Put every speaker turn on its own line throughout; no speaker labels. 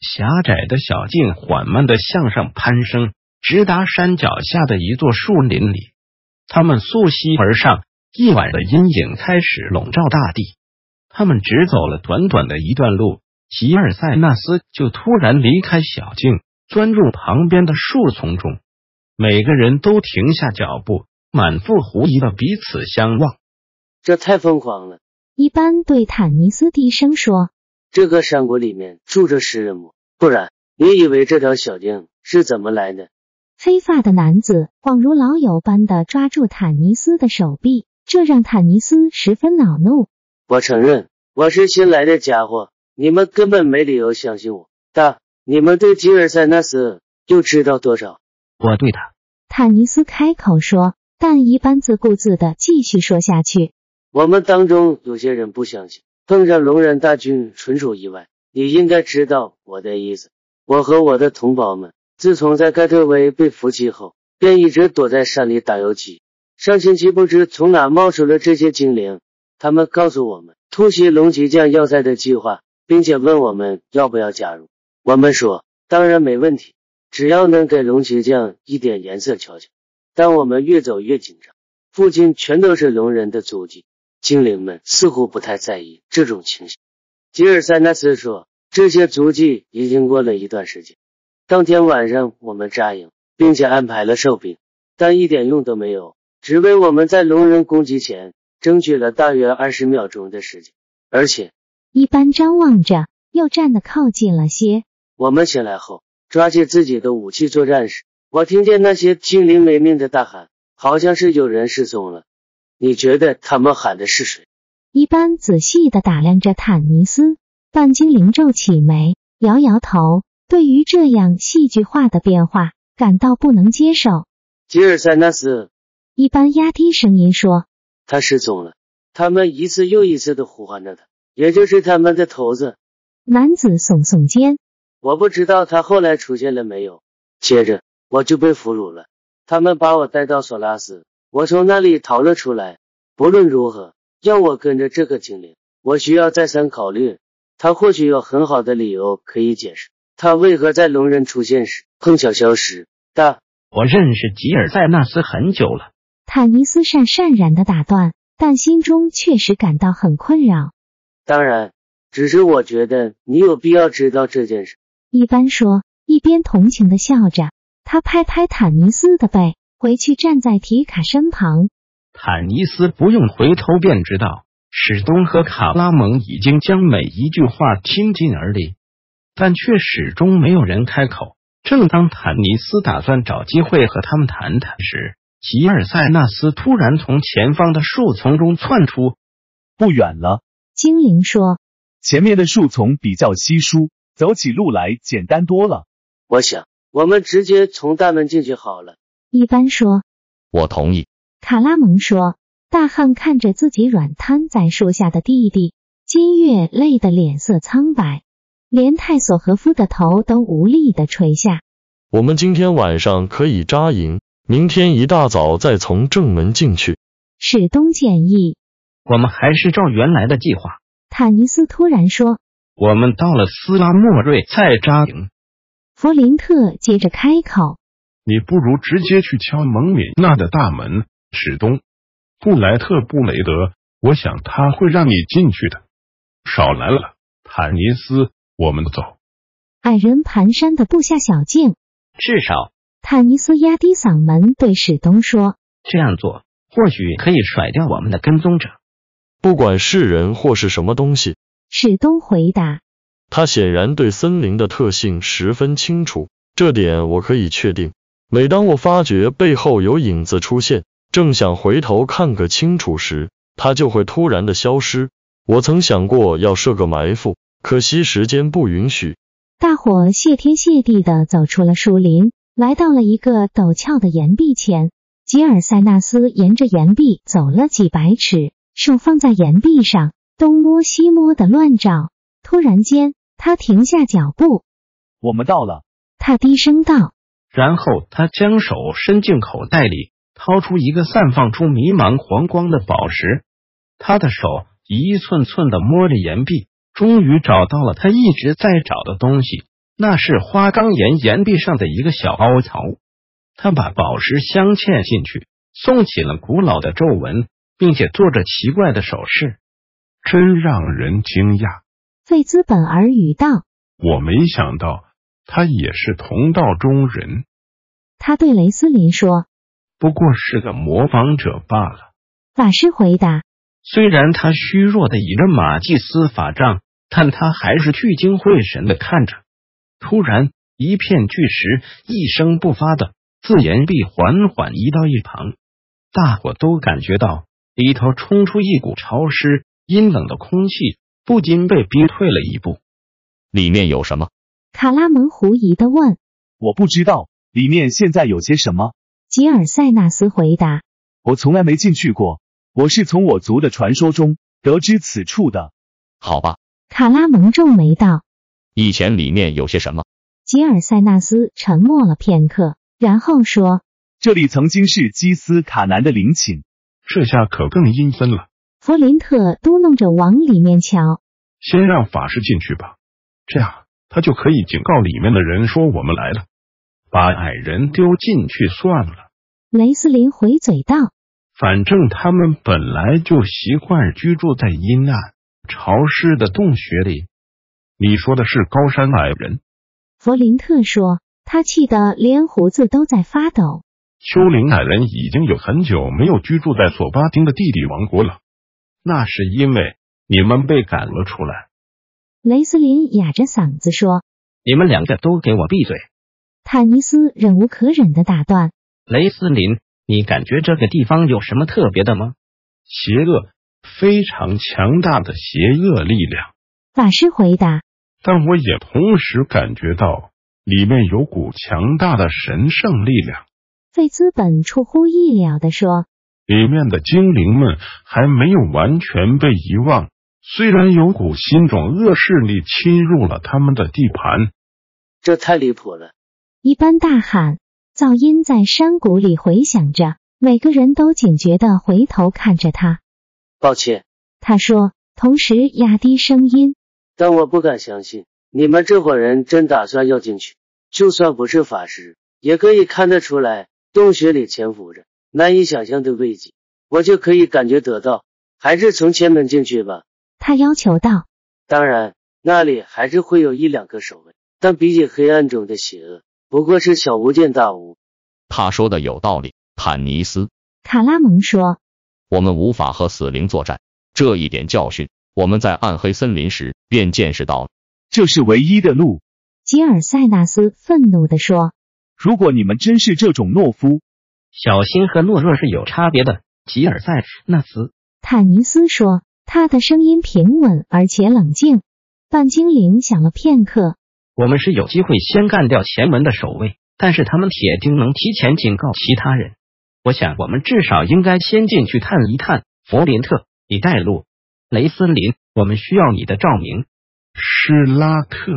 狭窄的小径缓慢的向上攀升，直达山脚下的一座树林里。他们溯溪而上，夜晚的阴影开始笼罩大地。他们只走了短短的一段路，吉尔塞纳斯就突然离开小径，钻入旁边的树丛中。每个人都停下脚步，满腹狐疑的彼此相望。
这太疯狂了！
一般对坦尼斯低声说
这个山谷里面住着食人魔，不然你以为这条小径是怎么来的？：“
黑发的男子恍如老友般的抓住坦尼斯的手臂，这让坦尼斯十分恼怒。
我承认我是新来的家伙，你们根本没理由相信我。但你们对吉尔塞纳斯又知道多少？
我对他，
坦尼斯开口说，但一般自顾自的继续说下去。
我们当中有些人不相信，碰上龙人大军纯属意外。你应该知道我的意思。我和我的同胞们，自从在盖特维被伏击后，便一直躲在山里打游击。上星期不知从哪冒出了这些精灵，他们告诉我们突袭龙骑将要塞的计划，并且问我们要不要加入。我们说当然没问题，只要能给龙骑将一点颜色瞧瞧。但我们越走越紧张，附近全都是龙人的足迹。精灵们似乎不太在意这种情形。吉尔塞纳斯说，这些足迹已经过了一段时间。当天晚上我们扎营，并且安排了哨兵，但一点用都没有，只为我们在龙人攻击前争取了大约二十秒钟的时间。而且
一般张望着，又站得靠近了些。
我们醒来后，抓起自己的武器作战时，我听见那些精灵没命的大喊，好像是有人失踪了。你觉得他们喊的是谁？
一般仔细的打量着坦尼斯，半精灵皱起眉，摇摇头，对于这样戏剧化的变化感到不能接受。
吉尔塞纳斯
一般压低声音说
他失踪了。他们一次又一次的呼唤着他，也就是他们的头子。：“
男子耸耸肩，
我不知道他后来出现了没有。接着我就被俘虏了，他们把我带到索拉斯，我从那里逃了出来。不论如何，要我跟着这个精灵，我需要再三考虑。他或许有很好的理由可以解释他为何在龙人出现时碰巧消失。但
我认识吉尔塞纳斯很久了。
坦尼斯讪讪然的打断，但心中确实感到很困扰。
当然，只是我觉得你有必要知道这件事。
一般说，一边同情的笑着，他拍拍坦尼斯的背，回去站在提卡身旁。
坦尼斯不用回头便知道，史东和卡拉蒙已经将每一句话听进耳里，但却始终没有人开口。正当坦尼斯打算找机会和他们谈谈时，吉尔塞纳斯突然从前方的树丛中窜出，
不远了，
精灵说
前面的树丛比较稀疏，走起路来简单多了。
我想，我们直接从大门进去好了。：“
一般说。”
我同意。
卡拉蒙说：“大汉看着自己软瘫在树下的弟弟，金月累得脸色苍白，连泰索和夫的头都无力的垂下。
我们今天晚上可以扎营，明天一大早再从正门进去。”
史东建议，
我们还是照原来的计划，
坦尼斯突然说。
我们到了斯拉莫瑞再扎营。
弗林特接着开口，
你不如直接去敲蒙敏娜的大门。史东，布莱特布雷德，我想他会让你进去的。少来了，坦尼斯，我们走。
矮人蹒跚的步下小径。
至少
坦尼斯压低嗓门对史东说
这样做，或许可以甩掉我们的跟踪者。
不管是人或是什么东西，：“
史东回答。
他显然对森林的特性十分清楚，这点我可以确定。每当我发觉背后有影子出现，正想回头看个清楚时，它就会突然的消失。我曾想过要设个埋伏，可惜时间不允许。
大伙谢天谢地的走出了树林，来到了一个陡峭的岩壁前。吉尔塞纳斯沿着岩壁走了几百尺，手放在岩壁上，东摸西摸的乱找。突然间，他停下脚步，
我们到了，
他低声道
然后他将手伸进口袋里，掏出一个散放出迷茫黄光的宝石。他的手一寸寸的摸着岩壁，终于找到了他一直在找的东西，那是花岗岩岩壁上的一个小凹槽。他把宝石镶嵌进去，送起了古老的皱纹，并且做着奇怪的手势。
真让人惊讶。：“
费兹本尔语道。
我没想到他也是同道中人，”
他对雷斯林说
不过是个模仿者罢了。：“
法师回答，
虽然他虚弱的倚着马祭司法杖，但他还是聚精会神的看着。突然，一片巨石一声不发的自岩壁缓缓移到一旁，大伙都感觉到里头冲出一股潮湿阴冷的空气，不禁被逼退了一步。
里面有什么？
卡拉蒙狐疑的问。
我不知道里面现在有些什么，”
吉尔塞纳斯回答
我从来没进去过，我是从我族的传说中得知此处的。
好吧，：“
卡拉蒙皱眉道。
以前里面有些什么？”
吉尔塞纳斯沉默了片刻，然后说
这里曾经是基斯卡南的陵寝，
这下可更阴森了。：“
弗林特嘟囔着往里面瞧。
先让法师进去吧，这样他就可以警告里面的人说我们来了，把矮人丢进去算了。”
雷斯林回嘴道
反正他们本来就习惯居住在阴暗、潮湿的洞穴里。你说的是高山矮人？：“
弗林特说，他气得连胡子都在发抖。
丘陵矮人已经有很久没有居住在索巴丁的弟弟王国了，那是因为你们被赶了出来。”
雷斯林哑着嗓子说。
你们两个都给我闭嘴！
坦尼斯忍无可忍的打断。
雷斯林，你感觉这个地方有什么特别的吗？
邪恶，非常强大的邪恶力量。
法师回答。
但我也同时感觉到里面有股强大的神圣力量，
费兹本出乎意料地说
里面的精灵们还没有完全被遗忘。虽然有股新种恶势力侵入了他们的地盘，
这太离谱了。：“
一般大喊，噪音在山谷里回响着，每个人都警觉地回头看着他。
抱歉，”
他说，同时压低声音
但我不敢相信你们这伙人真打算要进去。就算不是法师，也可以看得出来，洞穴里潜伏着难以想象的危机，我就可以感觉得到。还是从前门进去吧。：“
他要求道。
当然，那里还是会有一两个守卫，但比起黑暗中的邪恶，不过是小巫见大巫。
他说的有道理，坦尼斯。”
卡拉蒙说
我们无法和死灵作战，这一点教训，我们在暗黑森林时便见识到了。
这是唯一的路。：“
吉尔塞纳斯愤怒地说。
如果你们真是这种懦夫，
小心和懦弱是有差别的。吉尔塞纳斯，”
坦尼斯说，他的声音平稳而且冷静。半精灵想了片刻，
我们是有机会先干掉前门的守卫，但是他们铁定能提前警告其他人。我想，我们至少应该先进去探一探。弗林特，你带路。雷森林，我们需要你的照明。
施拉特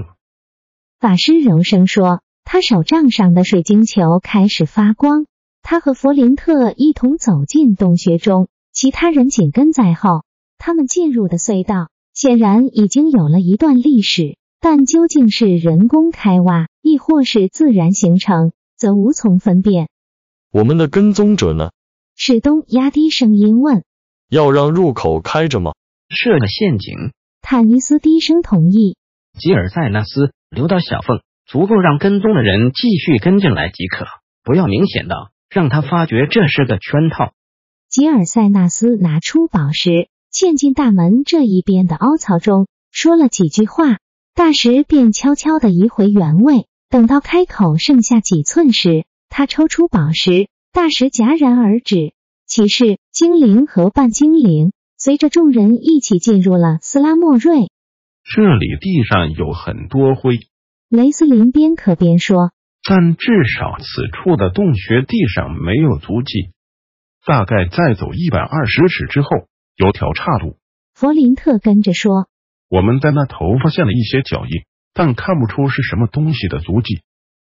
法师柔声说，他手杖上的水晶球开始发光。他和弗林特一同走进洞穴中，其他人紧跟在后。他们进入的隧道显然已经有了一段历史，但究竟是人工开挖，亦或是自然形成，则无从分辨。
我们的跟踪者呢？
史东压低声音问，
要让入口开着吗？
设个陷阱。
坦尼斯低声同意。
吉尔塞纳斯留到小缝，足够让跟踪的人继续跟进来即可。不要明显的让他发觉这是个圈套。
吉尔塞纳斯拿出宝石，嵌进大门这一边的凹槽中，说了几句话，大石便悄悄地移回原位。等到开口剩下几寸时，他抽出宝石，大石戛然而止。骑士、精灵和半精灵随着众人一起进入了斯拉莫瑞。
这里地上有很多灰，
雷斯林边咳边说
但至少此处的洞穴地上没有足迹。大概再走一百二十尺之后，有条岔路，：“
弗林特跟着说，
我们在那头发现了一些脚印，但看不出是什么东西的足迹。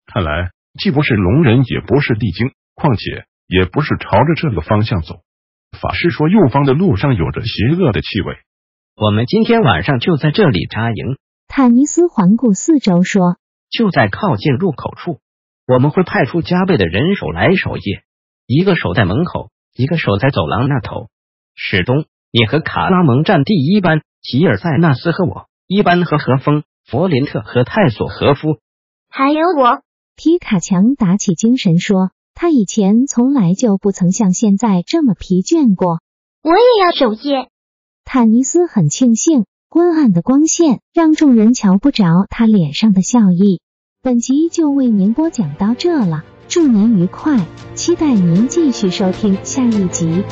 看来既不是龙人，也不是地精，况且也不是朝着这个方向走。法师说，右方的路上有着邪恶的气味。
我们今天晚上就在这里扎营，
坦尼斯环顾四周说
就在靠近入口处。我们会派出加倍的人手来守夜，一个守在门口，一个守在走廊那头。史东，你和卡拉蒙占第一班，吉尔塞纳斯和我一班和何峰、弗林特和泰索和夫。
还有我，：“
皮卡强打起精神说，他以前从来就不曾像现在这么疲倦过。”
我也要守夜。
坦尼斯很庆幸，昏暗的光线让众人瞧不着他脸上的笑意。本集就为您播讲到这了，祝您愉快，期待您继续收听下一集。